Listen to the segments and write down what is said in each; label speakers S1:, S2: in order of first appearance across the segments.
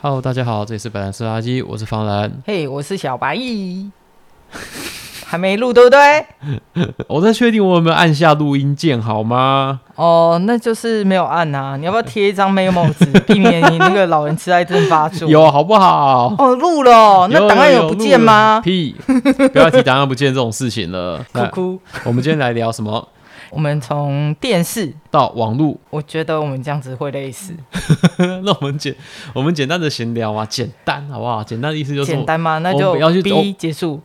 S1: Hello，大家好，这里是本蓝色垃圾，我是方兰。
S2: 嘿我是小白蚁，还没录对不对？
S1: 我在确定我有没有按下录音键，好吗？
S2: 哦，那就是没有按啊。你要不要贴一张 memo 纸， 避免你那个老人痴呆症发作？
S1: 有，好不好？
S2: 哦，录了哦，那档案
S1: 有
S2: 不见吗
S1: 录？了屁！不要提档案不见这种事情 了。
S2: 哭
S1: 那
S2: 哭，
S1: 我们今天来聊什么？
S2: 我们从电视，
S1: 到网络，
S2: 我觉得我们这样子会累死。
S1: 那我们简我们简单的闲聊啊，简单好不好？简单的意思就是
S2: 简单吗？那
S1: 我们
S2: 就
S1: 不要去
S2: B 结束。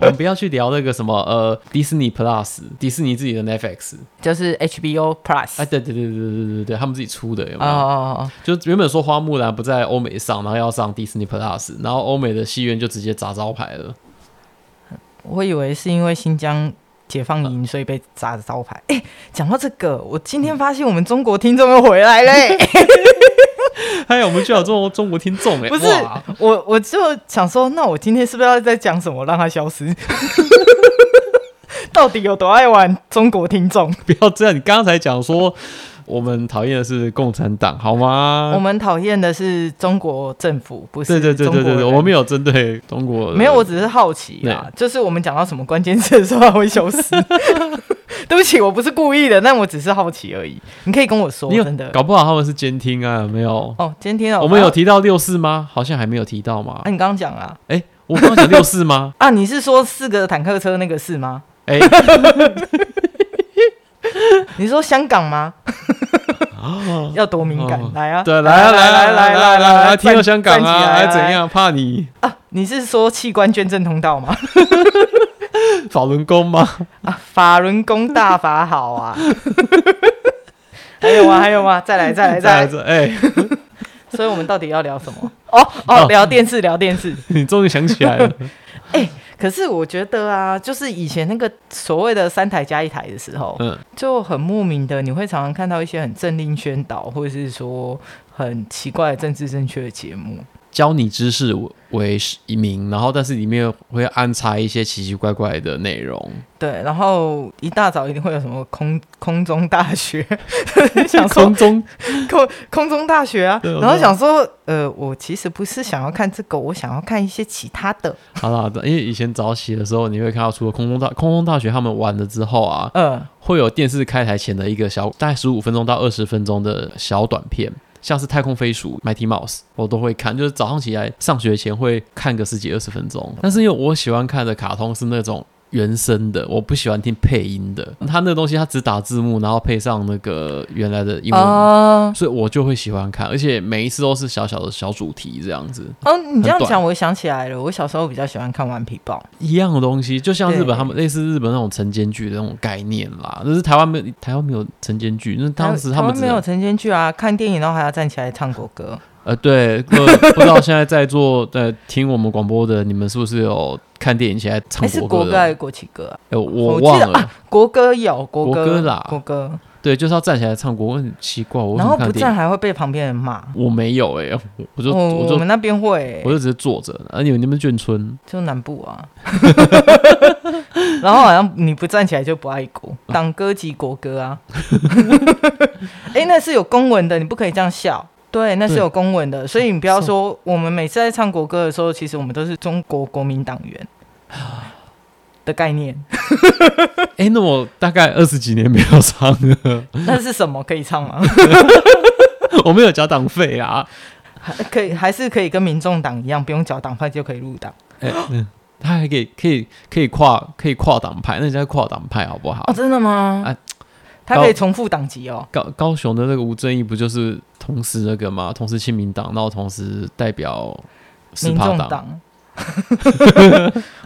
S1: 我们不要去聊那个什么呃迪士尼 Plus，迪士尼自己的 Netflix，
S2: 就是 HBO
S1: 哎，
S2: Plus。
S1: 对对对对对对对，他啊们自己出的有
S2: 哦
S1: 没有？
S2: 哦
S1: 就原本说花木兰不在欧美上，然后要上 Disney Plus，然后欧美的戏院就直接砸招牌了。
S2: 哦，我以为是因为新疆解放
S1: 啊
S2: 营，所以被砸的招牌。哎，讲到这个，我今天发现我们中国听众又回来嘞。
S1: 哎呀，我们居然有中国中国听众哎，
S2: 不是
S1: 哇
S2: 我我就想说，那我今天是不是要再讲什么让它 消失？到底有多爱玩中国听众？
S1: 不要这样！你刚才讲说我们讨厌的是共产党，好
S2: 我
S1: 吗？
S2: 们讨厌的是中国政府，不
S1: 对
S2: 是
S1: 嗯对对对对
S2: 中
S1: 对，
S2: 国人
S1: 我没有针对中国人，
S2: 没有，我只是好奇啦，就是我们讲到什么关键词的时候它 会消失。对不起，我不是故意的，但我只是好奇而已。你可以跟我说，
S1: 你有
S2: 真的。
S1: 搞不好他们是监听啊，有没有？
S2: 哦，今天哦，
S1: 我们有提到六四吗？好像还没有提到嘛
S2: 啊，。你刚刚讲啊
S1: 哎，我刚刚讲六四吗？
S2: 啊，你是说四个坦克车那个是吗？
S1: 哎，
S2: 你说香港吗？要多敏感，
S1: 哦
S2: 来啊！
S1: 对，来啊来啊来啊来啊来啊，听到
S2: 站
S1: 香港
S2: 站起
S1: 啊，
S2: 来
S1: 还
S2: 啊
S1: 怎？样？怕你
S2: 来啊你是说器官捐赠通道吗？
S1: 法轮功吗？
S2: 啊，法轮功大法好啊！ 还有吗？还有吗？再来，再来，再来！
S1: 这哎，
S2: 所以我们到底要聊什么？哦哦，聊电视，聊电视。
S1: 你终于想起来了，
S2: 可是我觉得啊，就是以前那个所谓的三台加一台的时候，
S1: 嗯，
S2: 就很莫名的，你会常常看到一些很政令宣导，或者是说很奇怪的政治正确的节目。
S1: 教你知识为一名，然后但是里面会安插一些奇奇怪怪的内容，
S2: 对，然后一大早一定会有什么空空中大 学， 想说
S1: 空中
S2: 空空中大学啊，
S1: 对我
S2: 然后
S1: 知道
S2: 想说，呃，我其实不是想要看这个，我想要看一些其他的，
S1: 好啦，因为以前早起的时候，你会看到除了空中大空中大学他们玩了之后啊，
S2: 嗯，
S1: 会有电视开台前的一个小大概十五分钟到二十分钟的小短片。像是太空飞鼠、Mighty Mouse，我都会看，就是早上起来上学前会看个十几二十分钟。但是因为我喜欢看的卡通是那种原声的，我不喜欢听配音的。它那个东西它只打字幕，然后配上那个原来的英文，
S2: 哦，
S1: 所以我就会喜欢看，而且每一次都是小小的小主题这样子。
S2: 哦，你这样
S1: 很短
S2: 讲，我想起来了，我小时候比较喜欢看《顽皮豹》，
S1: 一样的东西，就像日本
S2: 对
S1: 他们类似日本那种晨间剧的那种概念啦。但是台湾没有，台湾没有晨间剧，那当时
S2: 台
S1: 他们
S2: 湾
S1: 只
S2: 没
S1: 能
S2: 有晨间剧啊，看电影然后还要站起来唱国歌，
S1: 呃，对，不不知道现在在座在听我们广播的你们是不是有看电影起来
S2: 哎，
S1: 唱
S2: 是
S1: 国
S2: 国
S1: 歌
S2: 歌
S1: 的？
S2: 还
S1: 哎、
S2: 是国旗歌啊？
S1: 我
S2: 我
S1: 忘
S2: 记得
S1: 了，
S2: 国歌有国
S1: 国
S2: 歌
S1: 歌啦
S2: 国歌，
S1: 对，就是要站起来唱国歌，很奇怪，我为什
S2: 然
S1: 么
S2: 后
S1: 看
S2: 不
S1: 电影
S2: 站还会被旁边人骂，
S1: 我没有哎、我我就、
S2: 我
S1: 我
S2: 我
S1: 就
S2: 们那边会
S1: 我，就只是坐着，啊，你们你们眷村，
S2: 就南部啊。 然后好像你不站起来就不爱国，党歌及国歌啊。 哎、那是有公文的，你不可以这样笑。对，那是有公文的，所以你不要说我们每次在唱国歌的时候，其实我们都是中国国民党 员的概念。
S1: 哎、那我大概二十几年没有唱了，
S2: 那是什么可以唱吗？
S1: 我没有交党费啊。
S2: 还可以还是可以跟民众党一样，不用缴党费就可以入党
S1: 哎、嗯，他还可以可以可以跨可以跨党派，那叫跨党派好不好？
S2: 哦？真的吗？
S1: 啊
S2: 他可以重复党籍哦。
S1: 高高雄的那个吴正义不就是同时那个吗？同时亲民党，然后同时代表四
S2: 民
S1: 趴
S2: 众
S1: 党，
S2: 党。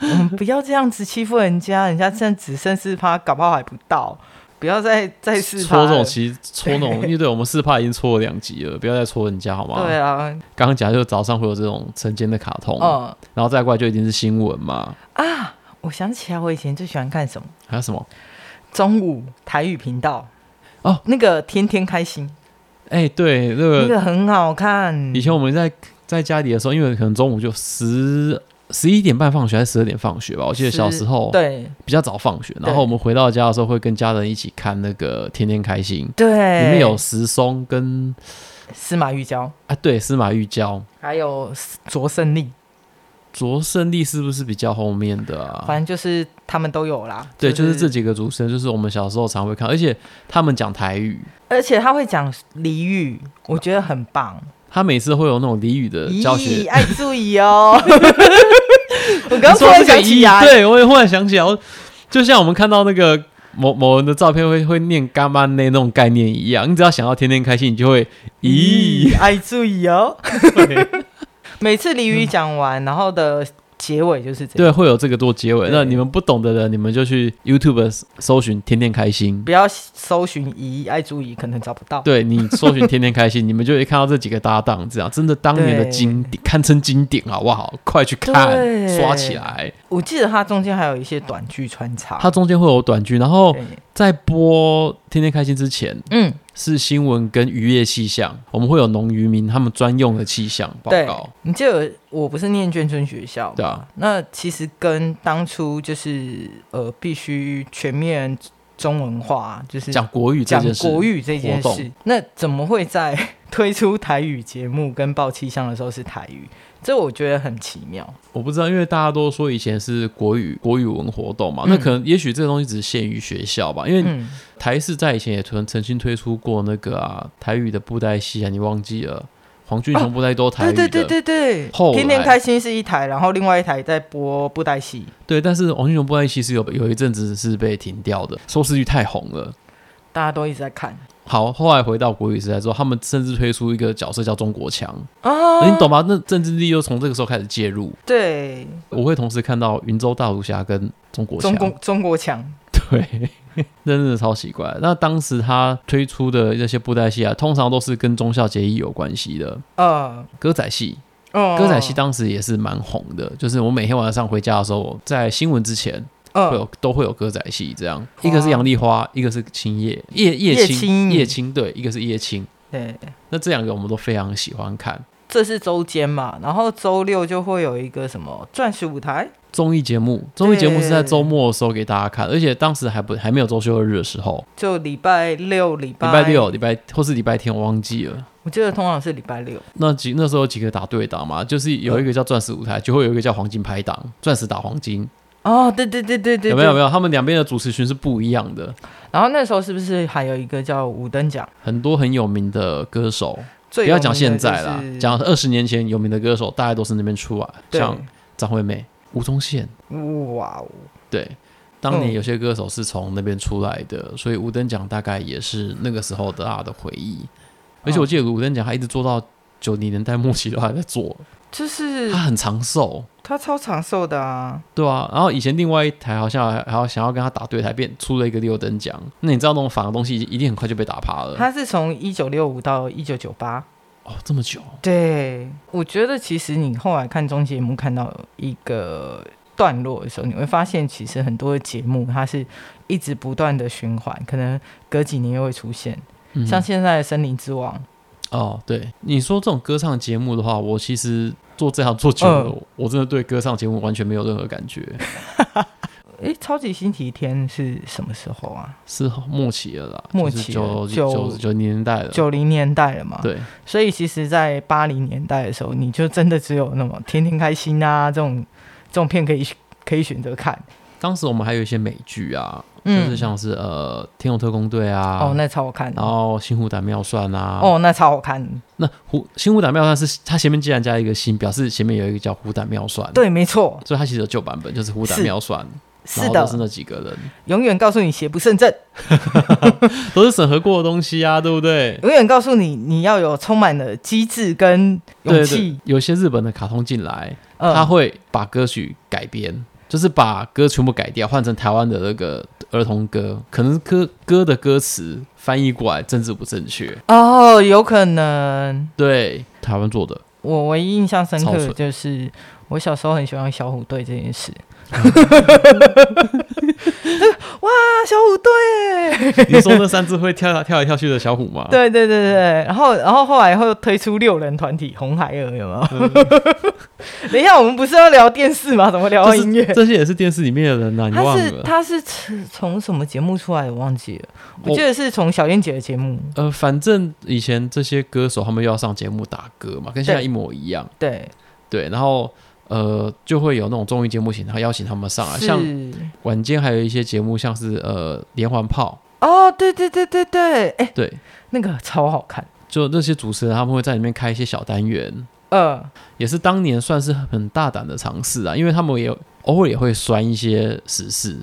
S2: 我们不要这样子欺负人家，人家现在只剩四趴，搞不好还不到。不要再再四趴
S1: 戳
S2: 了。
S1: 这种其实戳那种，因为对我们四趴已经戳了两集了，不要再戳人家好吗？
S2: 对啊，
S1: 刚刚讲就是早上会有这种晨间的卡通，
S2: 嗯
S1: 然后再过来就已经是新闻嘛，
S2: 啊，我想起来，我以前最喜欢看什么？
S1: 还有什么？
S2: 中午台语频道
S1: 哦，
S2: 那个天天开心，
S1: 哎、对，那
S2: 那
S1: 个
S2: 个很好看
S1: 以。前我们在在家里的时候，因为可能中午就十十一点半放学还是十二点放学吧？我记得小时候
S2: 对
S1: 比较早放学，然后我们回到家的时候会跟家人一起看那个《天天开心》，
S2: 对，
S1: 里面有石松跟
S2: 司马玉娇，
S1: 啊对司马玉娇。
S2: 还有卓胜利，
S1: 卓胜利是不是比较后面的啊？
S2: 反正就是他们都有啦。
S1: 对，就是这
S2: 是，
S1: 几个主持人，就是我们小时候常会看，而且他们讲台语，
S2: 而且他会讲俚语，我觉得很棒。
S1: 他每次会有那种俚语的教学
S2: 咦，。爱注意 哦！我刚刚
S1: 你
S2: 突
S1: 说
S2: 然
S1: 这个
S2: 想起
S1: 咦
S2: 来，
S1: 对我也忽然想起来，我就像我们看到那个某某人的照片会会念干妈内那种概念一样，你只要想要天天开心，你就会咦。
S2: 咦，爱注意哦！
S1: 对
S2: 每次俚语讲完，然后的结尾就是这样。
S1: 对，会有这个做结尾。
S2: 对
S1: 那你们不懂的人，你们就去 YouTube 搜寻“天天开心
S2: 不要搜寻咦，爱注意，可能找不”到。
S1: 对。你搜寻“天天开心”，你们就会看到这几个搭档，这样真的当年的
S2: 对
S1: 经典，堪称经典，好不好？快去看，
S2: 对
S1: 刷起来。
S2: 我记得它中间还有一些短剧穿插。
S1: 它哦中间会有短剧，然后
S2: 对
S1: 在播《天天开心》之前，
S2: 嗯，
S1: 是新闻跟渔业气象，我们会有农渔民他们专用的气象报
S2: 对
S1: 告。
S2: 你记得我不是念眷村学校吗
S1: 对啊，
S2: 那其实跟当初就是呃，必须全面中文化，就是
S1: 讲国语这
S2: 讲
S1: 件事，
S2: 国语这件
S1: 活
S2: 事
S1: 动，
S2: 那怎么会在推出台语节目跟报气象的时候是台语？这我觉得很奇妙。
S1: 我不知道，因为大家都说以前是国语国语文活动嘛，那
S2: 嗯
S1: 可能也许这个东西只限于学校吧，因为
S2: 嗯，
S1: 台视在以前也曾曾经推出过那个啊台语的布袋戏啊，你忘记了？黄俊雄布袋都台
S2: 哦对
S1: 语的，
S2: 对对对对
S1: 后，来
S2: 天天开心是一台，然后另外一台在播布袋戏。
S1: 对但是黄俊雄布袋戏是有有一阵子是被停掉的，收视率太红了。
S2: 大家都一直在看
S1: 好，后来回到国语时代之后，他们甚至推出一个角色叫钟国强，
S2: 啊
S1: 你懂吗？那政治力又从这个时候开始介入。
S2: 对，
S1: 我会同时看到云州大儒侠跟中国
S2: 中
S1: 强，
S2: 国中国强，
S1: 对， 真的超奇怪。那当时他推出的这些布袋戏啊，通常都是跟忠孝节义有关系的。
S2: 呃，
S1: 歌仔戏，
S2: 嗯
S1: 歌仔戏，当时也是蛮红的，就是我每天晚上回家的时候，我在新闻之前会
S2: 嗯
S1: 有、都会有歌仔戏这样。一个是杨丽花，一个是青叶叶叶
S2: 叶
S1: 青
S2: 青
S1: 叶青，对，一个是叶青。
S2: 对，
S1: 那这两个我们都非常喜欢看。
S2: 这是周间嘛，然后周六就会有一个什么钻石舞台，
S1: 综艺节目，综艺节目是在
S2: 对
S1: 周末的时候给大家看，而且当时还不还没有周休二日的时候，
S2: 就礼拜六、礼
S1: 礼
S2: 拜
S1: 拜，六、礼拜或是礼拜天，我忘记了。
S2: 我记得通常是礼拜六。
S1: 那几那时候有几个打对打嘛，就是有一个叫钻石舞台，就会有一个叫黄金拍档，钻石打黄金，
S2: 哦，对对对对对，
S1: 有没有？有没
S2: 有？
S1: 有？他们两边的主持群是不一样的，
S2: 然后那时候是不是还有一个叫五等奖？
S1: 很多很有名的歌手，
S2: 最
S1: 不要讲现在啦
S2: 有，名的
S1: 讲二十年前有名的歌手，大概都是那边出来，啊像
S2: 就是
S1: 张惠妹、吴宗宪，
S2: 对，哇哦，
S1: 对。当年
S2: 嗯
S1: 有些歌手是从那边出来的，所以五等奖大概也是那个时候大家的回
S2: 嗯
S1: 忆。而且我记得五等奖还一直做到九零年代末期都还在做，
S2: 就是
S1: 他很长寿，
S2: 他超长寿的啊，
S1: 对啊。然后以前另外一台好像还还要想要跟他打对台，变出了一个六等奖。那你知道那种仿的东西一定很快就被打趴了。
S2: 他是从一九六五到一九九八。
S1: 哦，这么久，
S2: 对，我觉得其实你后来看综艺节目看到一个段落的时候，你会发现其实很多的节目它是一直不断的循环，可能隔几年又会出现，
S1: 嗯
S2: 像现在的《森林之王》
S1: 哦，对，你说这种歌唱节目的话，我其实做这行做久了，
S2: 嗯
S1: 我真的对歌唱节目完全没有任何感觉，
S2: 诶，超级星期天是什么时候啊？
S1: 是末期了啦，
S2: 末期
S1: 九
S2: 了
S1: 九
S2: 九
S1: 九年代了，
S2: 九零年代了嘛，，
S1: 对。
S2: 所以其实，在八零年代的时候，你就真的只有那么天天开心啊这种这种片可以可以选择看，
S1: 当时我们还有一些美剧啊，
S2: 嗯
S1: 就是像是呃《天龙特工队》啊，
S2: 哦，那超好看，
S1: 然后《新虎胆妙算》啊，
S2: 哦，那超好看，
S1: 那虎新虎胆妙算是它前面既然加一个新，表示前面有一个叫虎胆妙算，，
S2: 对，没错，
S1: 所以它其实有旧版本，就是虎胆
S2: 是
S1: 妙算，然
S2: 是
S1: 后
S2: 的
S1: 都，是那几个人，
S2: 永远告诉你邪不胜正，
S1: 都是审核过的东西啊，对不对？
S2: 永远告诉你你要有充满了机智跟勇
S1: 对对
S2: 气，，
S1: 有些日本的卡通进来，
S2: 嗯
S1: 他会把歌曲改编，就是把歌全部改掉，换成台湾的那个儿童歌，可能歌歌的歌词翻译过来政治不正确。
S2: 哦，有可能。
S1: 对，台湾 做的，
S2: 我唯一印象深刻
S1: 超
S2: 的
S1: 蠢
S2: 就是我小时候很喜欢小虎队这件事。 哇，小虎队耶！
S1: 你说那三只会跳来跳来跳去的小虎吗？
S2: 对对对对对，然后然后后来又推出六人团体红孩儿，有没有？
S1: 嗯
S2: 等一下，我们不是要聊电视吗？怎么聊到
S1: 这
S2: 音 乐
S1: 是？这些也是电视里面的人呐、你
S2: 他
S1: 忘
S2: 是
S1: 了？
S2: 他是从从什么节目出来的？我忘记了，我
S1: 我
S2: 记得是从小燕姐的节目。
S1: 呃，反正以前这些歌手他们又要上节目打歌嘛，跟现在
S2: 对
S1: 一模一样。
S2: 对，
S1: 对，然后呃，就会有那种综艺节目请他邀请他们上来，
S2: 是
S1: 像晚间还有一些节目，像是呃连环炮，
S2: 哦，对对对对对，哎、
S1: 对，
S2: 那个超好看。
S1: 就那些主持人他们会在里面开一些小单元，
S2: 呃，
S1: 也是当年算是很大胆的尝试啊，因为他们也有偶尔也会酸一些时事，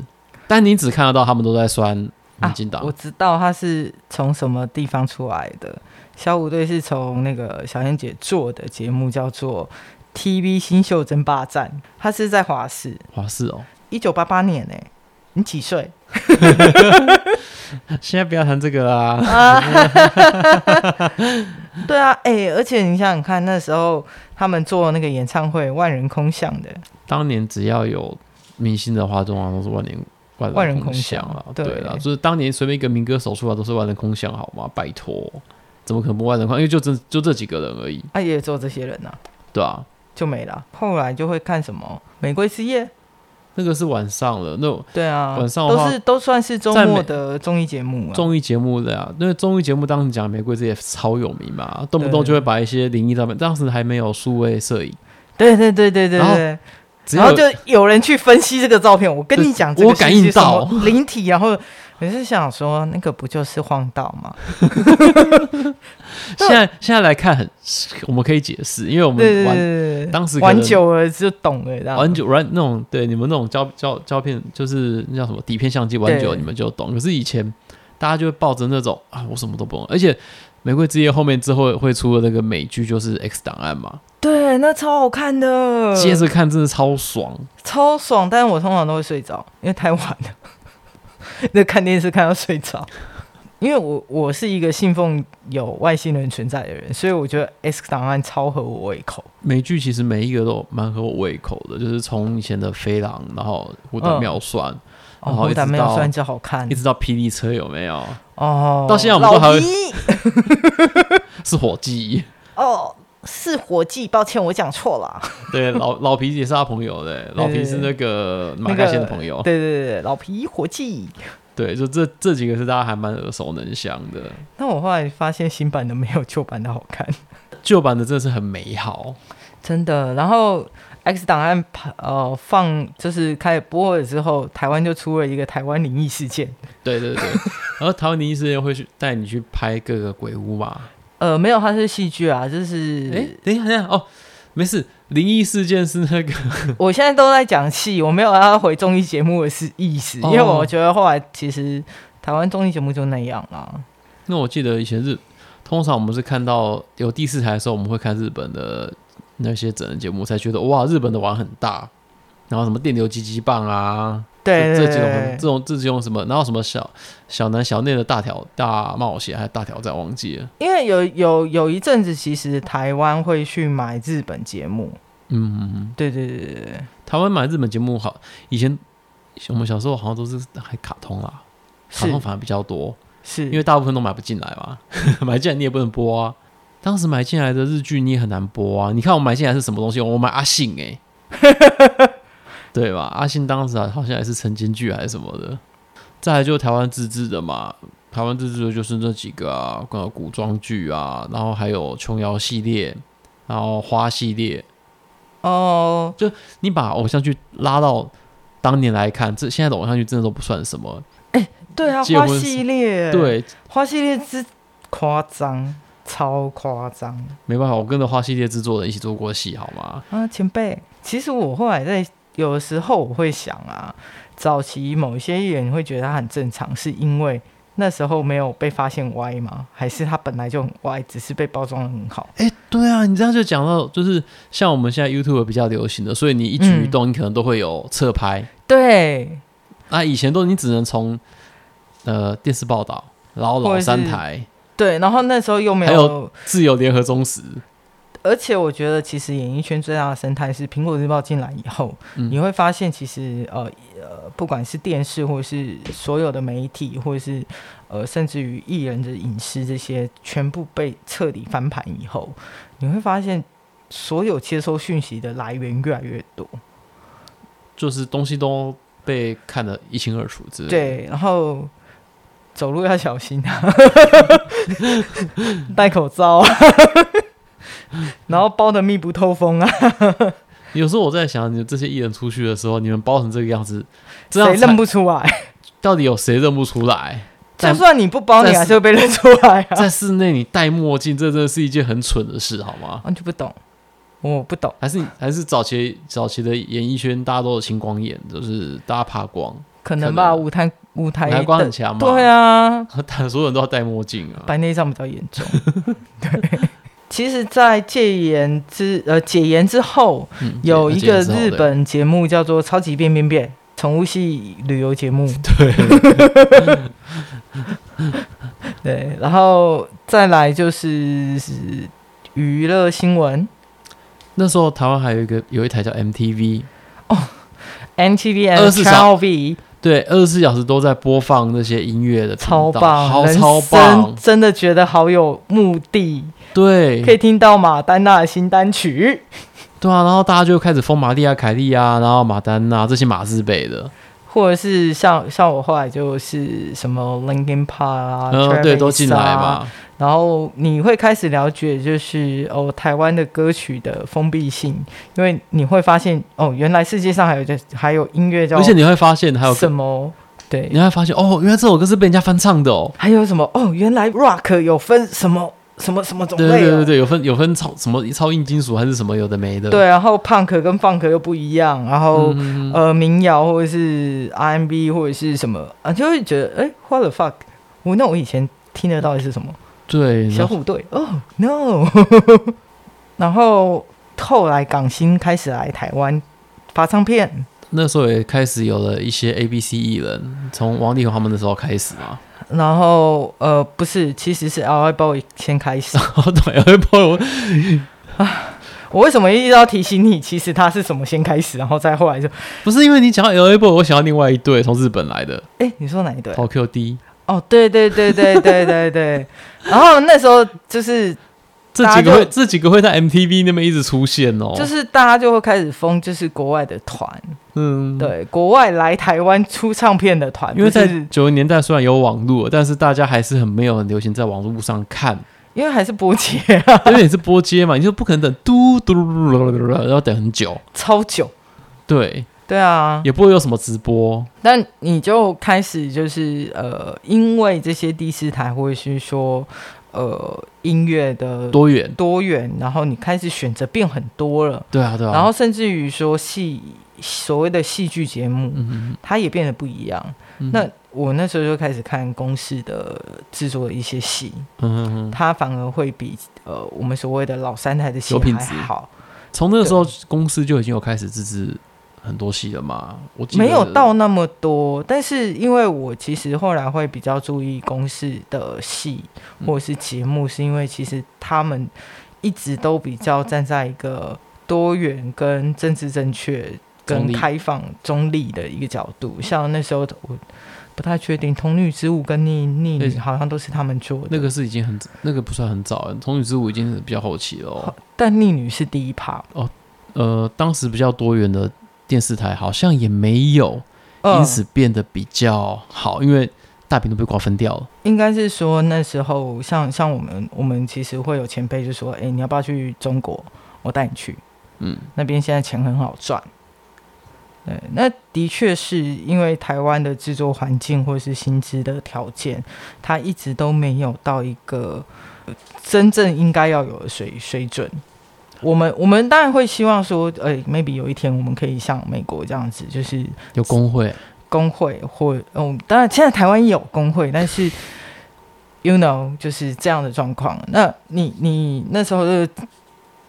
S1: 但你只看得到他们都在酸民进党，
S2: 啊我知道他是从什么地方出来的。小虎队是从那个小燕姐做的节目叫做 TV 新秀争霸战，他是在华视，
S1: 华视哦，
S2: 一九八八年哎、你几岁？
S1: 现在不要谈这个啦，
S2: 对啊，哎、而且你想想看，那时候他们做那个演唱会，万人空巷的，
S1: 当年只要有明星的话，通常都是万年。
S2: 万人
S1: 人
S2: 空
S1: 巷
S2: 巷
S1: 啊，
S2: 对
S1: 对啦，就是当年随便一个民歌手出来都是万人空巷，啊好吗？拜托，怎么可能不万人空巷？因为就这就这几个人而已，
S2: 啊，也做这些人啊，
S1: 对啊，
S2: 就没了。后来就会看什么《玫瑰之夜》，
S1: 那个是晚上了，那种
S2: 对啊，
S1: 晚上的
S2: 都
S1: 话
S2: 是都算是周
S1: 在
S2: 末
S1: 美
S2: 的综艺节目啊。
S1: 综艺节目的啊，因为综艺节目当时讲玫瑰之夜超有名嘛，动不动
S2: 对
S1: 就会把一些灵异照片，当时还没有数位摄影，
S2: 对对对对对
S1: 然后
S2: 对。
S1: 只
S2: 然后
S1: 有
S2: 就有人去分析这个照片，我跟你讲，
S1: 对
S2: 这个
S1: 我感应
S2: 是什么
S1: 到
S2: 灵体，然后我是想说，那个不就是晃道吗？
S1: 现在现在来看很，我们可以解释，因为我
S2: 对
S1: 们
S2: 对
S1: 玩
S2: 对对，
S1: 当时可能
S2: 玩久了就懂了，这样
S1: 玩久玩那种对你们那种胶胶胶片就是那叫什么底片相机玩久了
S2: 对
S1: 你们就懂，可是以前大家就会抱着那种啊我什么都不懂，而且玫瑰之夜后面之后会出的那个美剧就是 X 档案嘛，
S2: 对，那超好看的，
S1: 接着看真的超爽，
S2: 超爽，但是我通常都会睡着，因为太晚了， 那看电视看到睡着。因为我我是一个信奉有外星人存在的人，所以我觉得 X 档案超合我胃口。
S1: 美剧其实每一个都蛮合我胃口的，就是从以前的《飞狼》，然后《虎胆妙算》
S2: 哦，
S1: 然后
S2: 后
S1: 一直
S2: 打没有
S1: 到
S2: 算就好看
S1: 一直到《霹雳车》，有没有？
S2: 哦。
S1: 到现在我们都还会
S2: 老皮
S1: 是火鸡，
S2: 哦，是火计，抱歉，我讲错了。
S1: 对，老 老皮也是他朋友的，老皮是那个马盖先的朋友，
S2: 对对对，老皮火计。
S1: 对，就这这几个是大家还蛮耳熟能详的。
S2: 那我后来发现新版的没有旧版的好看，
S1: 旧版的真的是很美好，
S2: 真的。然后 X 档案呃放就是开始播了之后，台湾就出了一个台湾灵异事件。
S1: 对 对对。然后台湾林医师会去带你去拍各个鬼屋嘛？
S2: 呃，没有，它是戏剧啊，就是、
S1: 哎，等一下，等一下，哦，没事，灵异事件是那个
S2: 我现在都在讲戏，我没有要回综艺节目的是意思，因为
S1: 哦
S2: 我觉得后来其实台湾综艺节目就那样啦。
S1: 那我记得以前日，通常我们是看到有第四台的时候，我们会看日本的那些整人节目，才觉得哇，日本的玩很大。然后什么电流击击棒啊，
S2: 对
S1: 这
S2: 对
S1: 这
S2: 对
S1: 几种
S2: 对
S1: 这种这几种什么，然后什么小小男小内的大挑大冒险还是大挑战，忘记了。
S2: 因为有有有一阵子，其实台湾会去买日本节目，
S1: 嗯，
S2: 对对对对对，
S1: 台湾买日本节目好，以前我们小时候好像都是还卡通啦，卡
S2: 是
S1: 通反而比较多，
S2: 是，
S1: 因为大部分都买不进来嘛， 买进来你也不能播啊。当时买进来的日剧你也很难播啊。你看我买进来是什么东西？我买阿信哎、 对吧？阿信当时啊好像也是晨间剧还是什么的。再来就是台湾自制的嘛，台湾自制的就是那几个啊，呃，古装剧啊，然后还有琼瑶系列，然后花系列。
S2: 哦，
S1: 你把偶像剧拉到当年来看，这现在的偶像剧真的都不算什么。
S2: 对啊，
S1: 结
S2: 花
S1: 婚是
S2: 系列，，
S1: 对，
S2: 花系列之夸张，超夸张
S1: 没办法，我跟着花系列制作人一起做过戏，好吗？
S2: 啊！前辈，其实我后来在有的时候我会想啊，早期某一些艺人你会觉得他很正常，是因为那时候没有被发现歪吗？还是他本来就很歪，只是被包装的很好？
S1: 哎、对啊，你这样就讲到，就是像我们现在 YouTube 比较流行的，所以你一举一
S2: 嗯
S1: 动，你可能都会有侧拍。
S2: 对，
S1: 那、以前都你只能从呃电视报道，然后
S2: 或
S1: 老
S2: 者是
S1: 三台、
S2: 对，然后那时候又没
S1: 还
S2: 有
S1: 有自由联合、中时，
S2: 而且我觉得，其实演艺圈最大的生态是苹果日报进来以后，
S1: 嗯
S2: 你会发现，其实呃呃，不管是电视或是所有的媒体，或者是呃，甚至于艺人的隐私这些，全部被彻底翻盘以后，你会发现所有接收讯息的来源越来越多。
S1: 就是东西都被看得一清二楚之类的。
S2: 对，然后走路要小心 啊，戴口罩啊， 然后包的密不透风啊，
S1: 有时候我在想，你们这些艺人出去的时候，你们包成这个样子，这
S2: 谁
S1: 样才
S2: 认不出来？
S1: 到底有谁认不出来？ 在
S2: 就算你不包，你还是会被认出来啊！
S1: 在室内你戴墨镜，这真的是一件很蠢的事，好吗？
S2: 完全不懂，我不懂。
S1: 还是还是早期早期的演艺圈，大家都有青光眼，就是大家怕光，
S2: 可能吧，
S1: 可能
S2: 舞台舞台
S1: 蓝光
S2: 的
S1: 很强嘛。
S2: 对，啊，
S1: 所有人都要戴墨镜啊。
S2: 白内障比较严重。对，其实，在戒严之呃解严之后，
S1: 嗯
S2: 有一个
S1: 了解之后
S2: 日
S1: 对
S2: 本节目叫做《超级变变变》，宠物系旅游节目。对，对，然后再来就是是娱乐新闻
S1: 那时候台湾还有一个有一台叫 MTV，24
S2: ，NTV and
S1: 小
S2: Channel V，
S1: 对，二十四小时都在播放那些音乐的频
S2: 超
S1: 道，
S2: 棒，
S1: 嗯好
S2: 人
S1: 超
S2: 生
S1: 棒，嗯
S2: 真的觉得好有目的，
S1: 对，
S2: 可以听到马丹娜的新单曲。
S1: 对啊，然后大家就开始封玛利亚凯莉啊，然后马丹娜这些马字辈的，
S2: 或者是像像我后来就是什么 Linkin Park 啊，
S1: 嗯，对，
S2: Travis
S1: 都进来
S2: 啊
S1: 嘛，
S2: 然后你会开始了解，就是哦，台湾的歌曲的封闭性，因为你会发现哦，原来世界上还有这还有音乐叫
S1: 而且你会发现还有
S2: 什么对
S1: 你，会发现哦，原来这首歌是被人家翻唱的哦。
S2: 还有什么哦，原来 rock 有分什么什么什么种
S1: 对
S2: 类、啊，
S1: 对对对对，有分有分超什么超硬金属还是什么有的没的。
S2: 对，然后 punk 跟 funk 又不一样，然后、
S1: 嗯，
S2: 呃民谣或者是 R&B 或者是什么啊，就会觉得哎，what the fuck，我那我以前听的到底是什么？
S1: 对，
S2: 小
S1: 然后
S2: 虎队哦、no，然后后来港星开始来台湾发唱片，
S1: 那时候也开始有了一些 A B C 艺人，从王力宏他们那时候开始嘛。
S2: 然后呃不是，其实是 L I Boy 先 开始。
S1: 哦，对，会帮我
S2: 我为什么一直要提醒你？其实他是什么先开始，然后再后来就
S1: 不是因为你讲到 L A Boy，我想到另外一队从日本来的
S2: 哎，你说哪一对？
S1: Tokyo D，
S2: 哦，对对对对对 对对。然后那时候就是
S1: 这
S2: 大家
S1: 几个会
S2: 就
S1: 这几个会在 M T V 那边一直出现哦。
S2: 就是大家就会开始疯，就是国外的团，
S1: 嗯，。
S2: 对，国外来台湾出唱片的团，
S1: 因为在
S2: 就是
S1: 九零年代虽然有网络，但是大家还是很没有很流行在网络上看，
S2: 因为还是波姐啊
S1: 因为你是播接嘛，你就不可能等嘟嘟嘟嘟嘟嘟嘟，然后等很久。
S2: 超久。
S1: 对，
S2: 对啊，
S1: 也不会有什么直播，
S2: 但你就开始就是呃，因为这些第四台或者是说呃音乐的
S1: 多远？
S2: 多元，然后你开始选择变很多了，
S1: 对啊，对啊。
S2: 然后甚至于说戏所谓的戏剧节目，
S1: 嗯，
S2: 它也变得不一样。
S1: 嗯
S2: 那我那时候就开始看公式的制作的一些戏，
S1: 嗯嗯嗯，
S2: 它反而会比呃我们所谓的老三台的戏
S1: 有品
S2: 还
S1: 质
S2: 好，
S1: 从那个时候公司就已经有开始自制很多戏了嘛。我记得
S2: 没有到那么多，但是因为我其实后来会比较注意公视的戏
S1: 嗯
S2: 或者是节目，是因为其实他们一直都比较站在一个多元跟政治正确
S1: 中
S2: 跟
S1: 立
S2: 开放中立的一个角度。像那时候我不太确定《童女之舞》跟《逆逆女
S1: 对》
S2: 好像都是他们做的，
S1: 那个是已经很那个不算很早，《童女之舞》已经是比较后期了哦、
S2: 但《逆女》是第一趴，
S1: 呃，当时比较多元的电视台好像也没有，因
S2: 嗯
S1: 此变得比较好，因为大屏都被瓜分掉了。
S2: 应该是说那时候像像我们我们其实会有前辈就说，哎、你要不要去中国？我带你去。
S1: 嗯，
S2: 那边现在钱很好赚。对，那的确是因为台湾的制作环境或是薪资的条件，它一直都没有到一个呃真正应该要有的水水准。我们我们当然会希望说，哎、m a y b e 有一天我们可以像美国这样子，就是
S1: 有工会，
S2: 工会或嗯，当然现在台湾也有工会，但是 you know 就是这样的状况。那你你那时候的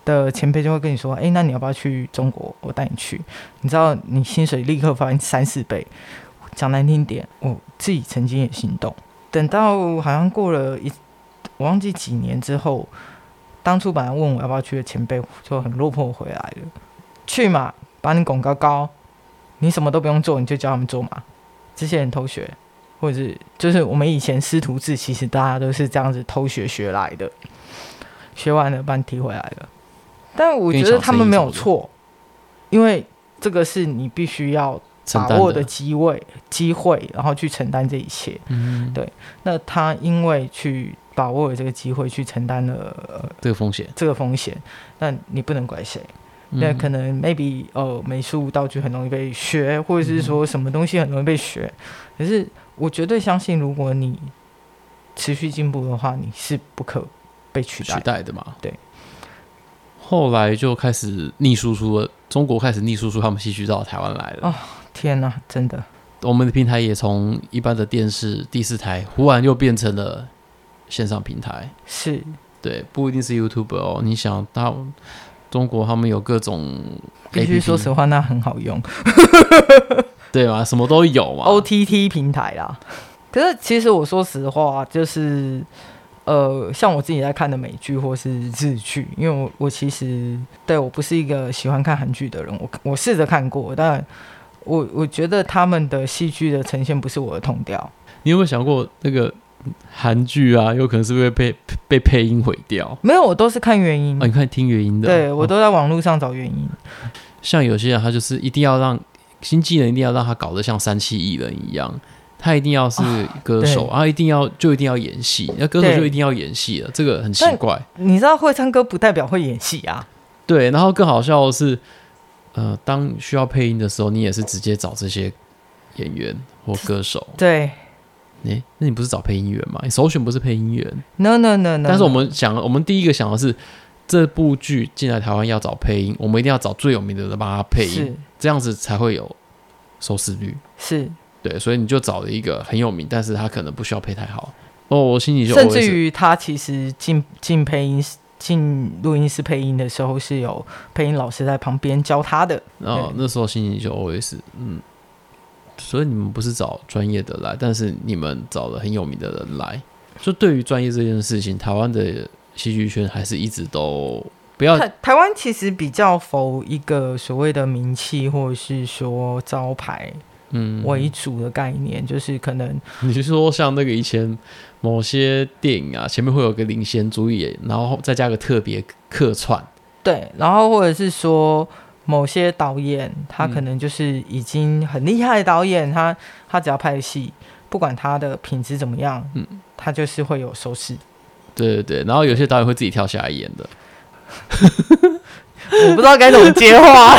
S2: 的前辈就会跟你说，哎、那你要不要去中国？我带你去。你知道你薪水立刻翻三四倍。讲难听点，我自己曾经也心动。等到好像过了一，我忘记几年之后，当初本来问我要不要去的前辈就很落魄回来了，去嘛，把你拱高高，你什么都不用做，你就教他们做嘛。这些人偷学，或者是就是我们以前师徒制，其实大家都是这样子偷学学来的，学完了把你踢回来了。但我觉得他们没有错，因为这个是你必须要
S1: 承
S2: 把
S1: 担
S2: 握的机会机会，然后去承担这一切。
S1: 嗯，
S2: 对那他因为去把握了这个机会，去承担了、呃
S1: 这个风险，
S2: 这个风险，那你不能怪谁。那
S1: 嗯
S2: 可能 maybe 呃美术道具很容易被学，或者是
S1: 嗯
S2: 说什么东西很容易被学。可是我绝对相信，如果你持续进步的话，你是不可被取代
S1: 取
S2: 的。
S1: 代的嘛。
S2: 对。
S1: 后来就开始逆输出了，中国开始逆输出他们戏剧到台湾来了。
S2: 哦天哪、真的
S1: 我们的平台也从一般的电视第四台，忽然又变成了线上平台。
S2: 是
S1: 对，不一定是 YouTube 哦。你想到中国他们有各种
S2: 必须
S1: APP
S2: 说实话，那很好用
S1: 对嘛，什么都有嘛。
S2: 哦 OTT 平台啦。 可是其实我说实话，就是呃，像我自己在看的美剧或是日剧，因为我我其实对我不是一个喜欢看韩剧的人，我我试着看过，但我我觉得他们的戏剧的呈现不是我的痛调。
S1: 你有没有想过那个韩剧啊，有可能是会被被配音毁掉啊？
S2: 没有，我都是看原因，
S1: 哦你看听原音的，
S2: 嗯对我
S1: 哦
S2: 都在网络上找原因。
S1: 像有些人啊他就是一定要让新技能，一定要让他搞得像三七艺人一样，他一定要是歌手，
S2: 对
S1: 他一定要就一定要演戏，那歌手
S2: 对
S1: 就一定要演戏了，这个很奇怪。
S2: 你知道会唱歌不代表会演戏啊，
S1: 对，然后更好笑的是，呃，当需要配音的时候，你也是直接找这些演员或歌手。
S2: 对
S1: 诶、那你不是找配音员吗？你首选不是配音员，
S2: ，no no no no，
S1: 但是我们想，我们第一个想的是。这部剧进来台湾要找配音，我们一定要找最有名的人帮他配音，
S2: 是
S1: 这样子才会有收视率。
S2: 是，
S1: 对，所以你就找了一个很有名，但是他可能不需要配太好。哦，我心里就
S2: 甚至
S1: OS
S2: 于他其实进进配音室进录音室配音的时候是有配音老师在旁边教他的，
S1: 哦，那时候心里就 OS，嗯，所以你们不是找专业的来，但是你们找了很有名的人来。就对于专业这件事情，台湾的戏剧圈还是一直都不要
S2: 台台湾其实比较否一个所谓的名气或者是说招牌
S1: 嗯，
S2: 为主的概念，就是可能
S1: 你是说像那个以前某些电影啊，前面会有个领衔主演，然后再加个特别客串，
S2: 对，然后或者是说。某些导演，他
S1: 嗯
S2: 可能就是已经很厉害的导演，他他只要拍戏，不管他的品质怎么样，
S1: 嗯
S2: 他就是会有收视。
S1: 对对对，然后有些导演会自己跳下来演的，
S2: 我不知道该怎么接话。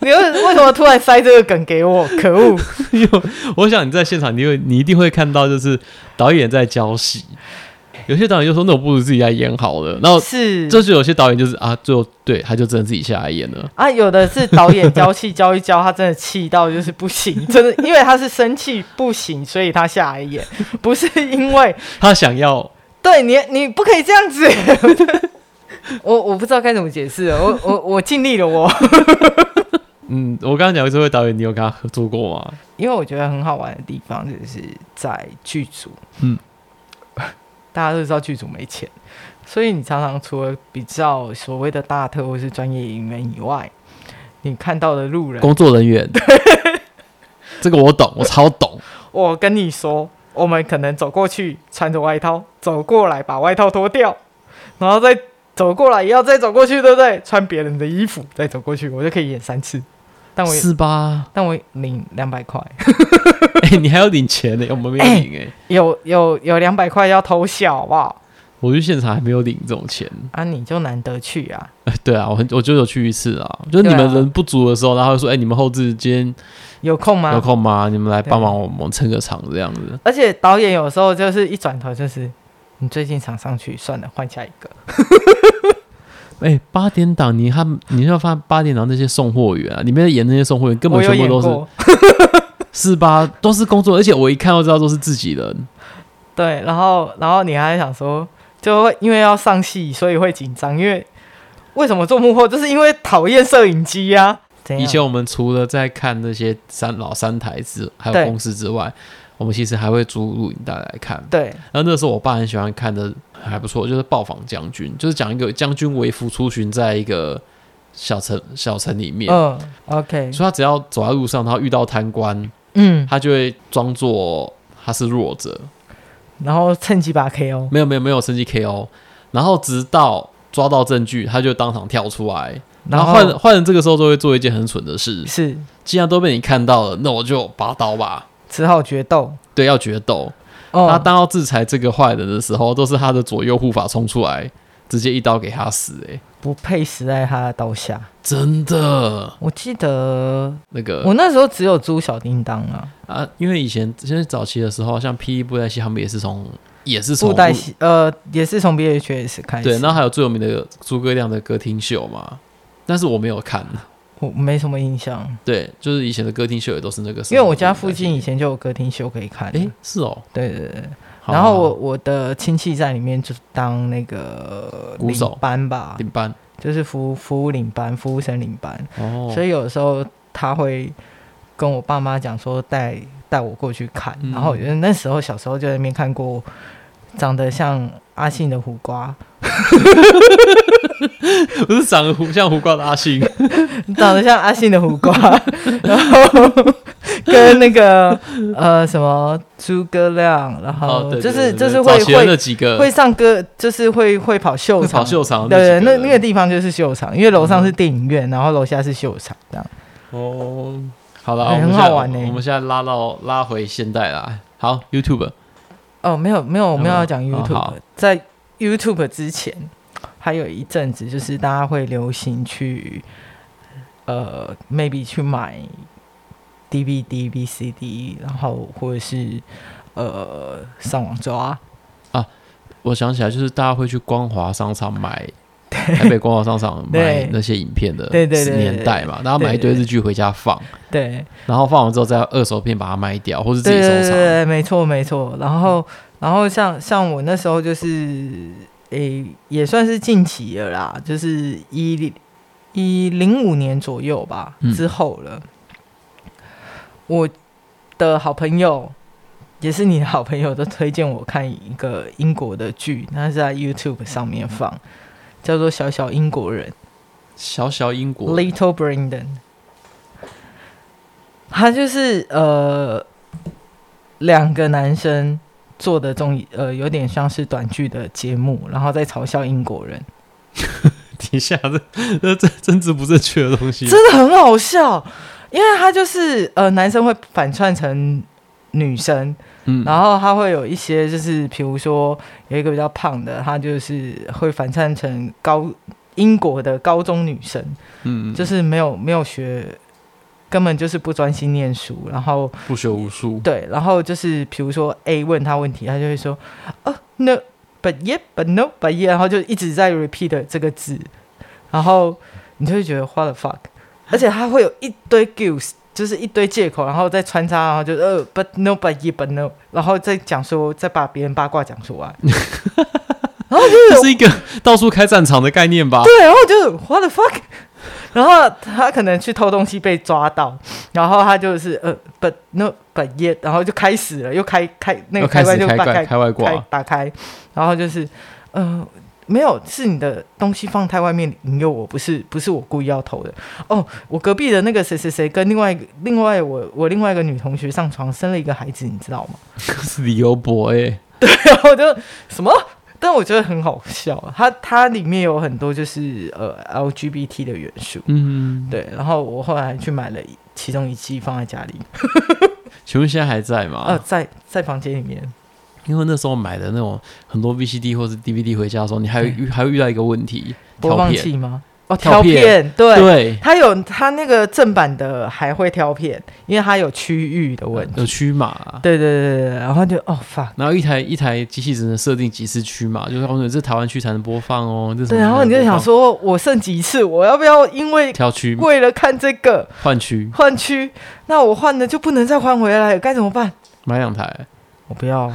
S2: 你为为什么突然塞这个梗给我？可恶！
S1: 我想你在现场，你会你一定会看到，就是导演在教戏，有些导演就说：“那我不如自己来演好了。”然后
S2: 是
S1: 哦这就有些导演就是啊，最后对他就真的自己下来演了。
S2: 啊，有的是导演教气教一教，他真的气到就是不行，真的，因为他是生气不行，所以他下来演，不是因为
S1: 他想要
S2: 对你你不可以这样子。我我不知道该怎么解释了，我我我尽力了我，
S1: 嗯，我刚刚讲这位导演，你有跟他合作过吗？
S2: 因为我觉得很好玩的地方就是在剧组，
S1: 嗯，
S2: 大家都知道剧组没钱，所以你常常除了比较所谓的大特或是专业演员以外，你看到的路人，
S1: 工作人 员，这个我懂，我超懂。
S2: 我跟你说，我们可能走过去穿着外套，走过来把外套脱掉，然后再走过来也要再走过去，对不对？穿别人的衣服再走过去，我就可以演三 次，但我也
S1: 是 吧？
S2: 但我领两百块。
S1: 哎、你还要领钱呢、我们没有领哎、
S2: 有有有两百块要偷笑，好不好？
S1: 我去现场还没有领这种钱。
S2: 啊，你就难得去啊！
S1: 对啊，我很我就有去一次啊，就是你
S2: 对
S1: 们
S2: 啊
S1: 人不足的时候，然后就说：“哎、你们后置今天
S2: 有空吗？
S1: 有空吗？你们来
S2: 对
S1: 帮忙我们撑个场这样子。”
S2: 而且导演有时候就是一转头就是，你最近常上去，算了，换下一个。
S1: 哎、八点档，你看，你要发现八点档那些送货员啊，里面演那些送货员根本
S2: 我有
S1: 全部
S2: 演
S1: 都是
S2: 过，
S1: 是吧？都是工作，而且我一看就知道都是自己人。
S2: 对，然后然后你还想说，就会因为要上戏，所以会紧张，因为为什么做幕后，就是因为讨厌摄影机呀、啊。怎样
S1: 以前我们除了在看那些三老三台之还有
S2: 对
S1: 公司之外，我们其实还会租录影带来看。
S2: 对
S1: 然后那时候我爸很喜欢看的，还不错，就是《暴坊将军》，就是讲一个将军为父出巡在一个小城小城里面，
S2: 嗯，OK，
S1: 所以他只要走在路上，然后遇到贪官，
S2: 嗯，
S1: 他就会装作他是弱者，
S2: 然后趁机把 KO，
S1: 没有没有没有升级 KO，然后直到抓到证据，他就当场跳出来。然后换换人这个时候都会做一件很蠢的事，
S2: 是
S1: 既然都被你看到了，那我就拔刀吧。
S2: 只好决斗。
S1: 对，要决斗。
S2: 哦，
S1: 他当要制裁这个坏人的时候，都是他的左右护法冲出来，直接一刀给他死、欸。
S2: 不配死在他的刀下。
S1: 真的，
S2: 我记得
S1: 那个
S2: 我那时候只有租小叮当啊，
S1: 啊，因为以前现在早期的时候，像霹雳布袋戏他们也是从也是从
S2: 布袋戏呃也是从 BHS 开始，
S1: 对，然后还有最有名的诸葛亮的歌厅秀嘛，但是我没有看。
S2: 我没什么印象，
S1: 对，就是以前的歌厅秀也都是那个时
S2: 因
S1: 候，
S2: 为我家附近以前就有歌厅秀可以看。
S1: 哎、是哦，
S2: 对对对，
S1: 好
S2: 然后我
S1: 好
S2: 我的亲戚在里面就当那个
S1: 鼓手
S2: 领班吧
S1: 好，领班
S2: 就是服服务领班、服务生领班，
S1: 哦，
S2: 所以有时候他会跟我爸妈讲说带带我过去看，
S1: 嗯
S2: 然后我觉得那时候小时候就在那边看过长得像阿信的胡瓜，
S1: 不是长得胡像胡瓜的阿信，
S2: 长得像阿信的胡瓜， 然后跟那个呃什么诸葛亮，然
S1: 哦
S2: 后，
S1: 对，
S2: 就是
S1: 对对
S2: 就是
S1: 对
S2: 会
S1: 早期的那
S2: 会
S1: 几个
S2: 会上歌，就是会会跑秀
S1: 会
S2: 场，
S1: 跑秀场的几
S2: 对
S1: 人，
S2: 对，那那个地方就是秀场，因为楼上是电影院，然后楼下是秀场，这样
S1: 哦，好了，
S2: 哎
S1: 我们
S2: 很
S1: 现在
S2: 好玩欸
S1: 我们现在拉到拉回现代啦。好，YouTube
S2: 哦，没有没有，我们
S1: 嗯
S2: 要讲
S1: 哦
S2: YouTube，、
S1: 好
S2: 在 YouTube 之前，还有一阵子就是大家会流行去，呃，maybe 去买 DVD、VCD，然后或者是呃上网抓，
S1: 我想起来，就是大家会去光华商场买。台北光华商场
S2: 对
S1: 买那些影片的
S2: 对对对对
S1: 年代嘛，然后买一堆
S2: 对对对
S1: 日剧回家放，
S2: 对
S1: 然后放完之后再二手片把它卖掉，或是自己
S2: 对
S1: 收
S2: 对对
S1: 藏。嗯
S2: 对，没错没错。然后然后像像我那时候就是诶、也算是近期了啦，就是一零一零五年左右吧
S1: 嗯
S2: 之后了。我的好朋友也是你的好朋友，都推荐我看一个英国的剧，它是在 YouTube 上面放，叫做《小小英国人》。
S1: 小小英国
S2: Little Brandon，他就是呃两个男生做的综艺，呃有点像是短剧的节目，然后在嘲笑英国人，
S1: 底下这 这这政治不正确的东西，
S2: 真的很好笑，因为他就是呃男生会反串成女生，
S1: 嗯，
S2: 然后他会有一些就是比如说有一个比较胖的，他就是会反串成高英国的高中女生。
S1: 嗯，
S2: 就是是没有没有学，根本就是不专心念书，然后
S1: 不学无术，
S2: 对，然后就是比如说 A 问他问题，他就会说哦 no but yeah but no but yeah，然后就一直在 repeat 这个字，然后你就会觉得 what the fuck，而且他会有一堆 excuse，就是一堆借口，然后再穿插，然后就呃 but no but yeah but no，然后再讲说再把别人八卦讲出来，然后就是
S1: 这是一个 到处开战场的概念吧？
S2: 对，然后我就 what the fuck，然后他可能去偷东西被抓到，然后他就是呃本那本页，然后就开始了，又开开那个
S1: 要开
S2: 开关
S1: 始
S2: 就
S1: 开
S2: 打
S1: 挂
S2: 开
S1: 开外挂
S2: 开，打开，然后就是呃没有是你的东西放太外面引诱我，不是不是我故意要偷的哦，我隔壁的那个谁谁谁跟另外一个另外我我另外一个女同学上床生了一个孩子，你知道吗？
S1: 是理由博哎，
S2: 然后我就什么？但我觉得很好笑，它它里面有很多就是呃 LGBT 的元素，
S1: 嗯，
S2: 对。然后我后来还去买了一其中一季放在家里，
S1: 请问现在还在吗？
S2: 呃，在在房间里面，
S1: 因为那时候买的那种很多 VCD 或是 DVD 回家的时候，你还会遇还会遇到一个问题，
S2: 播
S1: 挑
S2: 放
S1: 片。
S2: 器吗？哦，
S1: 挑
S2: 挑
S1: 片
S2: 片，对，
S1: 对，
S2: 它有它那个正版的还会挑片，因为它有区域的问题。
S1: 有区码啊。
S2: 对对对对对，然后就哦 fuck，
S1: 然后一台一台机器只能设定几次区码，就是哦，你这台湾区才能播放哦。这什么
S2: 对，然后你就
S1: 才能播
S2: 想
S1: 放
S2: 说，我剩几次？我要不要因 为
S1: 挑区
S2: 为了看这个
S1: 换区
S2: 换区？那我换了就不能再换回来了，该怎么办？
S1: 买两台，
S2: 我不要。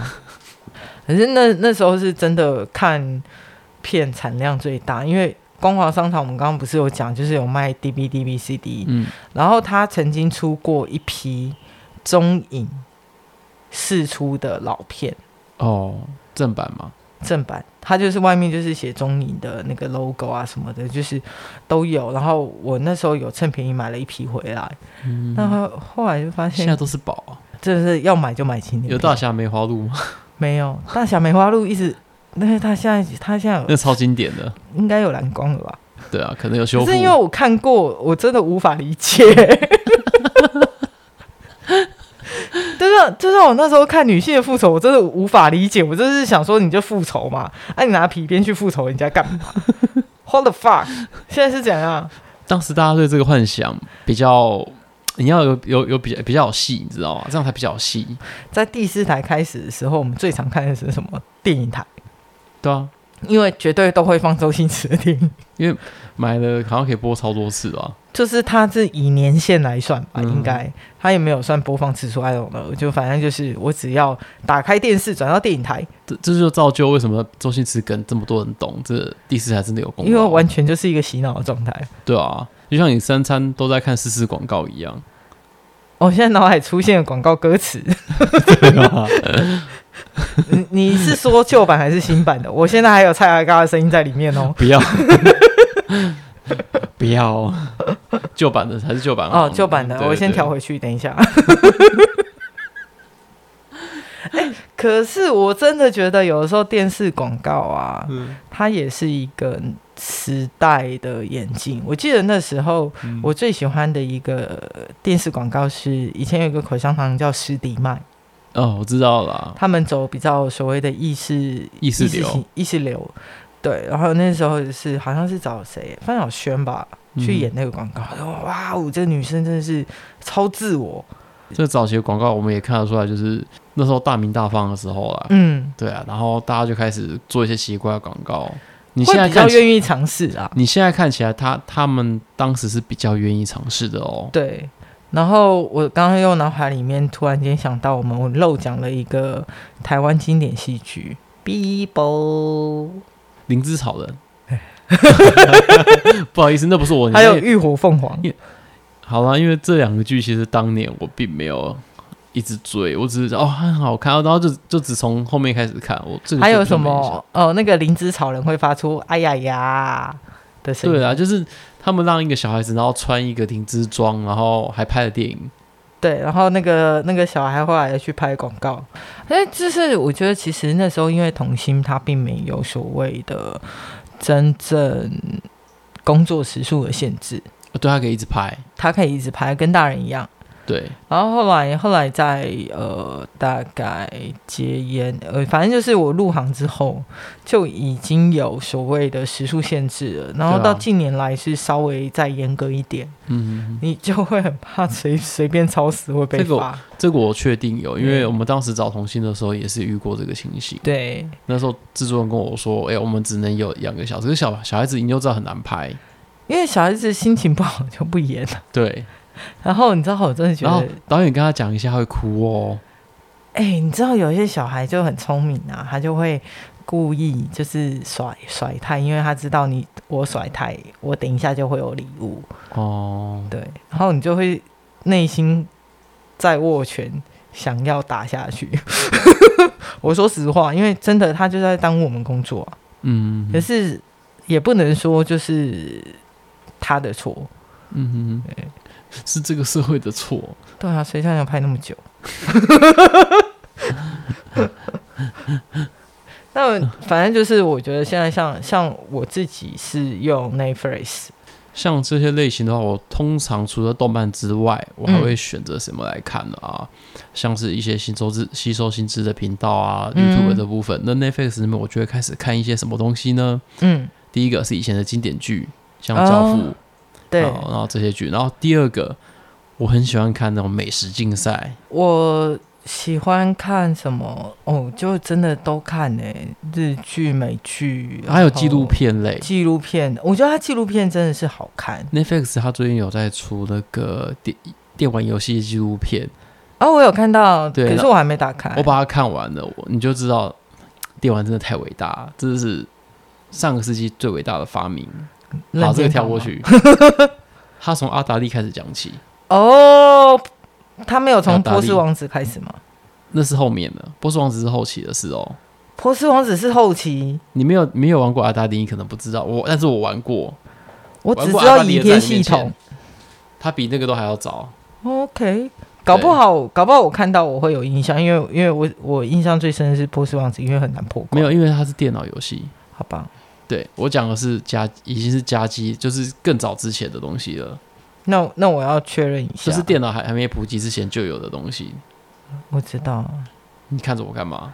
S2: 可是那那时候是真的看片产量最大，因为光华商场我们刚刚不是有讲，就是有卖 DVD、VCD，、
S1: 嗯，
S2: 然后他曾经出过一批中影试出的老片，
S1: 哦，正版嘛，
S2: 正版，它就是外面就是写中影的那个 logo 啊什么的，就是都有。然后我那时候有趁便宜买了一批回来，
S1: 嗯，
S2: 但后后来就发
S1: 现在
S2: 现，
S1: 都是宝啊、
S2: 真的是要买就买青年
S1: 有
S2: 票。
S1: 大侠梅花鹿吗？
S2: 没有大侠梅花鹿一直，但是它现在它现在有
S1: 那超经典的，
S2: 应该有蓝光了吧？
S1: 对啊，可能有修
S2: 可
S1: 复
S2: 是。因为我看过，我真的无法理解。就是就是我那时候看女性的复仇，我真的无法理解。我就是想说，你就复仇嘛，哎、你拿皮鞭去复仇人家干嘛？What the fuck！现在是怎样？
S1: 当时大家对这个幻想比较，你要有有有比较比较有戏，你知道吗？这样才比较有戏，
S2: 在第四台开始的时候，我们最常看的是什么电影台？
S1: 对啊，
S2: 因为绝对都会放周星驰的电影，
S1: 买了好像可以播超多次啊。
S2: 就是它是以年限来算吧，
S1: 嗯
S2: 应该它也没有算播放次数，I don't know。就反正就是我只要打开电视，转到电影台，
S1: 这这就造就为什么周星驰跟这么多人懂，这第四台真的有功劳。
S2: 因为完全就是一个洗脑的状态。
S1: 对啊，就像你三餐都在看四四广告一样。
S2: 我、哦现在脑海出现广告歌词，
S1: 对啊，
S2: 你你是说旧版还是新版的？我现在还有蔡阿嘎的声音在里面哦。
S1: 不 要，不要，旧版的还是旧版好
S2: 哦，旧版的，
S1: 啊对
S2: 我先
S1: 对
S2: 调回去，等一下。 哎可是我真的觉得，有的时候电视广告啊，
S1: 嗯
S2: 它也是一个时代的眼镜。我记得那时候
S1: 嗯
S2: 我最喜欢的一个电视广告是，以前有一个口香糖叫施迪麦，
S1: 哦，我知道了，
S2: 他们走比较所谓的意识
S1: 意识流
S2: 型、意识流。对，然后那时候是好像是找谁范晓萱吧
S1: 嗯
S2: 去演那个广告，哇哦，这个女生真的是超自我，
S1: 这早期的广告我们也看得出来，就是那时候大名大放的时候啦。
S2: 嗯，
S1: 对啊，然后大家就开始做一些奇怪的广告。你现
S2: 会
S1: 在
S2: 比较
S1: 看起，
S2: 愿意尝试啊，
S1: 你现在看起来他，他们当时是比较愿意尝试的哦。
S2: 对。然后我刚刚又脑海里面突然间想到，我们漏讲了一个台湾经典戏剧《b i b o
S1: 灵芝草 人，不好意思，那不是我。
S2: 还有《
S1: 因为
S2: 浴火凤凰》，
S1: 好啦，因为这两个剧其实当年我并没有一直追，我只是哦很好看，然后就就只从后面开始看。我这个
S2: 还有
S1: 就
S2: 什
S1: 没印象
S2: 么？哦，那个灵芝草人会发出“哎呀呀”的声音。
S1: 对啊，就是他们让一个小孩子，然后穿一个灵芝装，然后还拍了电影。
S2: 对，然后那个那个小孩后来去拍广告，哎，就是我觉得其实那时候因为童星他并没有所谓的真正工作时数的限制，
S1: 呃对，他可以一直拍。
S2: 他可以一直拍，跟大人一样。
S1: 对，
S2: 然后后来后来在呃大概戒烟呃，反正就是我入行之后就已经有所谓的时数限制了，然
S1: 对
S2: 后
S1: 啊
S2: 到近年来是稍微再严格一点，
S1: 嗯，
S2: 你就会很怕随随便超时会被
S1: 这个
S2: 罚。
S1: 这个我确定有，因为
S2: 嗯
S1: 我们当时找童星的时候也是遇过这个情形。
S2: 对，
S1: 那时候制作人跟我说：“哎、我们只能有两个小时，可是小小孩子你又知道很难拍。
S2: 因为小孩子心情不好就不演了。”
S1: 对，
S2: 然后你知道，我真的觉
S1: 然后
S2: 得，
S1: 导演跟他讲一下他会哭哦。
S2: 哎、你知道有一些小孩就很聪明啊，他就会故意就是甩甩太，因为他知道你我甩太，我等一下就会有礼物，
S1: 哦，
S2: 对，然后你就会内心在握拳。想要打下去，我说实话，因为真的他就在耽误我们工作啊、
S1: 嗯，
S2: 可是也不能说就是他的错，
S1: 嗯哼，是这个社会的错。
S2: 对啊，谁叫你要拍那 么久？那反正就是，我觉得现在像像我自己是用 Netflix，
S1: 像这些类型的话，我通常除了动漫之外，我还会选择什么来看呢啊？像是一些吸收知吸收新知的频道啊、
S2: 嗯
S1: YouTube 的部分。那 Netflix 里面，我就会开始看一些什么东西呢？
S2: 嗯，
S1: 第一个是以前的经典剧，像《教父》啊
S2: 哦对
S1: 然后然后这些剧。然后第二个，我很喜欢看那种美食竞赛，
S2: 我喜欢看什么哦，就真的都看呢、日剧、美剧，
S1: 还有
S2: 然后
S1: 纪录、片类。
S2: 纪录片，我觉得它纪录片真的是好看。
S1: Netflix 它最近有在出那个电电玩游戏纪录片，
S2: 哦，我有看到，
S1: 对
S2: 可是我还没打开。
S1: 我把它看完了，我你就知道电玩真的太伟大了，这是上个世纪最伟大的发明。
S2: 任
S1: 好，这个
S2: 天
S1: 跳
S2: 堂
S1: 过
S2: 吗。
S1: 去。 他从阿达利开始讲起，
S2: 哦，他没有
S1: 要
S2: 从
S1: 打
S2: 波
S1: 力
S2: 斯王子开始吗？
S1: 那是后面的，波斯王子是后期的事哦。
S2: 波斯王子是后期，
S1: 你没有没有玩过阿达丁，你可能不知道我，但是我玩过，
S2: 我只
S1: 玩
S2: 知
S1: 过
S2: 道
S1: 阿达丁
S2: 倚
S1: 的
S2: 天
S1: 在你面
S2: 系统
S1: 前。，它比那个都还要早。
S2: OK，搞不好搞不好我看到我会有印象，因为因为我我印象最深的是波斯王子，因为很难破关。
S1: 没有，因为它是电脑游戏。
S2: 好吧，
S1: 对我讲的是加，已经是加机，就是更早之前的东西了，
S2: 那那我要确认一
S1: 就
S2: 下。
S1: 是电脑还还没普及之前就有的东西。
S2: 我知道，
S1: 你看着我干嘛？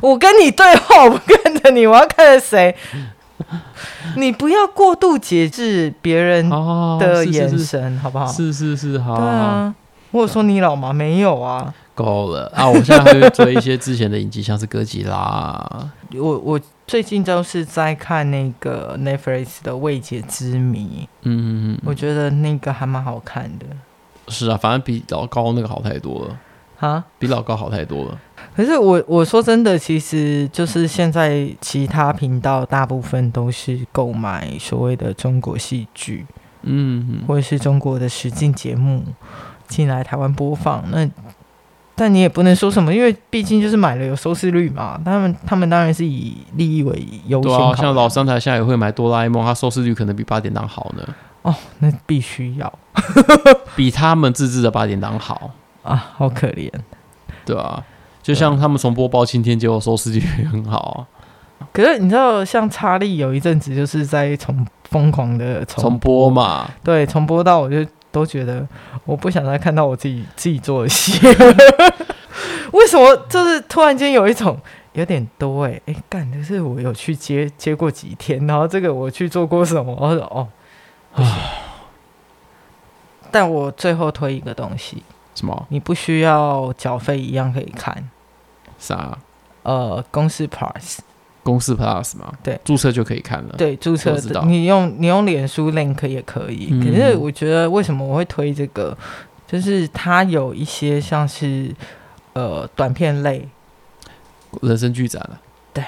S2: 我跟你对话，我不看着你，我要看 着谁？你不要过度节制别人
S1: 哦，
S2: 嗯的
S1: 是
S2: 眼
S1: 是是
S2: 神，好不好？
S1: 是是是，好，
S2: 对
S1: 好
S2: 啊，我有说你老吗？没有啊，
S1: 够了啊！我现在还会追一些之前的影集，像是哥吉拉，
S2: 我我最近都是在看那个 Netflix 的《未解之谜》，
S1: 嗯，
S2: 我觉得那个还蛮好看的
S1: 是啊，反正比老高那个好太多了，
S2: 啊。
S1: 比老高好太多了。
S2: 可是我我说真的，其实就是现在其他频道大部分都是购买所谓的中国戏剧
S1: 嗯，
S2: 或者是中国的实境节目进来台湾播放，那。但你也不能说什么，因为毕竟就是买了有收视率嘛。他们他们当然是以利益为优先
S1: 对
S2: 考量、
S1: 啊，像老三台现在也会买哆啦 A 梦，它收视率可能比八点档好呢，
S2: 哦，那必须要
S1: 比他们自制的八点档好，
S2: 啊，好可怜。
S1: 对啊，就像他们重播《包青天》，结果收视率也很好
S2: 可是你知道，像查理有一阵子就是在重疯狂的
S1: 啊，重播，嘛，
S2: 对，重播到我就都觉得我不想再看到我自己自己做的戏。为什么就是突然间有一种有点多哎、欸、哎、干，就是我有去接接过几天，然后这个我去做过什么，然后就哦，不行。但我最后推一个东西，
S1: 什么
S2: 你不需要缴费一样可以看，
S1: 啥
S2: 呃，公司 Plus。
S1: 公司 Plus 嘛，
S2: 对，
S1: 注册就可以看了。
S2: 对，注册
S1: 嗯我知
S2: 的
S1: 道
S2: 你用你用脸书 link 也可以。可是
S1: 嗯
S2: 我觉得为什么我会推这个，就是它有一些像是呃短片类，
S1: 人生剧展啊了，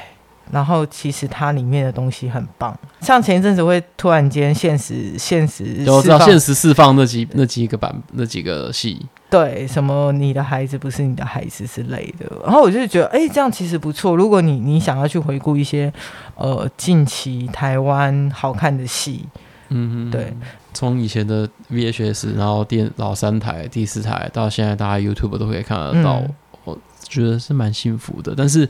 S2: 然后其实它里面的东西很棒。像前一阵子会突然间现实现实
S1: 就我知
S2: 释
S1: 道
S2: 放
S1: 现实释放那几那几个版那几个戏，
S2: 对什么你的孩子不是你的孩子之类的，然后我就觉得哎、这样其实不错。如果你你想要去回顾一些呃近期台湾好看的戏，
S1: 嗯，
S2: 对，
S1: 从以前的 VHS，然后电老三台、第四台，到现在大家 YouTube 都可以看得到，
S2: 嗯
S1: 我觉得是蛮幸福的。但是，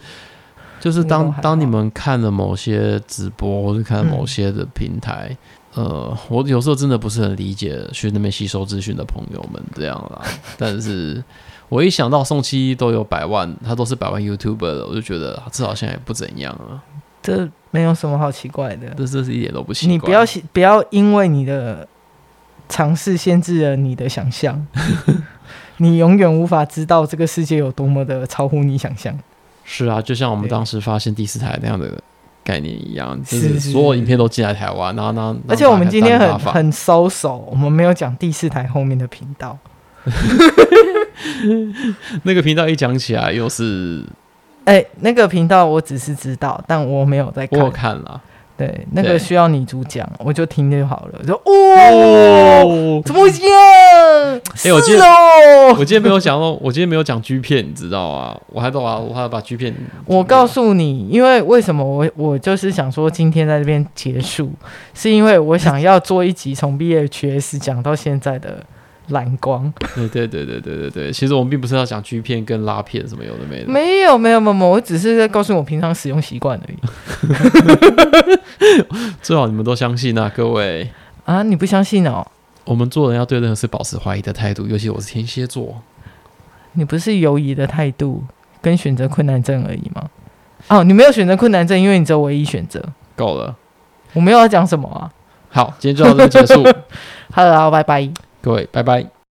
S1: 就是
S2: 那都
S1: 当
S2: 还好
S1: 当你们看了某些直播，或者看了某些的平台，
S2: 嗯
S1: 呃，我有时候真的不是很理解去那边吸收资讯的朋友们这样 啦。但是我一想到宋七都有百万，他都是百万 YouTuber 了，我就觉得啊至少现在也不怎样啊了。
S2: 这没有什么好奇怪的。
S1: 这这是一点都不奇怪。
S2: 你不要喜不要因为你的尝试限制了你的想 象，你永远无法知道这个世界有多么的超乎你想象。
S1: 是啊，就像我们
S2: 对
S1: 当时发现第四台那样的概念一样，就是是
S2: 是
S1: 所有影片都进来台湾，然后呢，
S2: 而且我们今天
S1: 让
S2: 很
S1: 大家
S2: 很收手，我们没有讲第四台后面的频道。
S1: 那个频道一讲起来，又是
S2: 哎、那个频道我只是知道，但我没有在
S1: 我
S2: 看
S1: 有。看了
S2: 对，那个
S1: 对
S2: 需要你主讲，我就听就好了。我就哦，
S1: 哦。
S2: 怎么样？
S1: 哎我记
S2: 是
S1: 得
S2: 哦，
S1: 我今天没有讲到，我今天没有讲 G 片，你知道啊？我还把我还把 G 片，
S2: 我告诉你，因为为什么我我就是想说今天在这边结束，是因为我想要做一集从 BHS 讲到现在的蓝光。
S1: 对对对对对对对，其实我们并不是要讲 G 片跟拉片什么有的没的，
S2: 没有没有没有，没有我只是在告诉我平常使用习惯而已。
S1: 最好你们都相信啊，各位。
S2: 啊，你不相信哦？
S1: 我们做人要对任何事保持怀疑的态度，尤其我是天蝎座，
S2: 你不是犹疑的态度跟选择困难症而已吗？哦，你没有选择困难症，因为你只有唯一选择。
S1: 够了。
S2: 我没有要讲什么啊。
S1: 好，今天就到这里结束，
S2: 好了，拜拜。
S1: 各位，拜拜。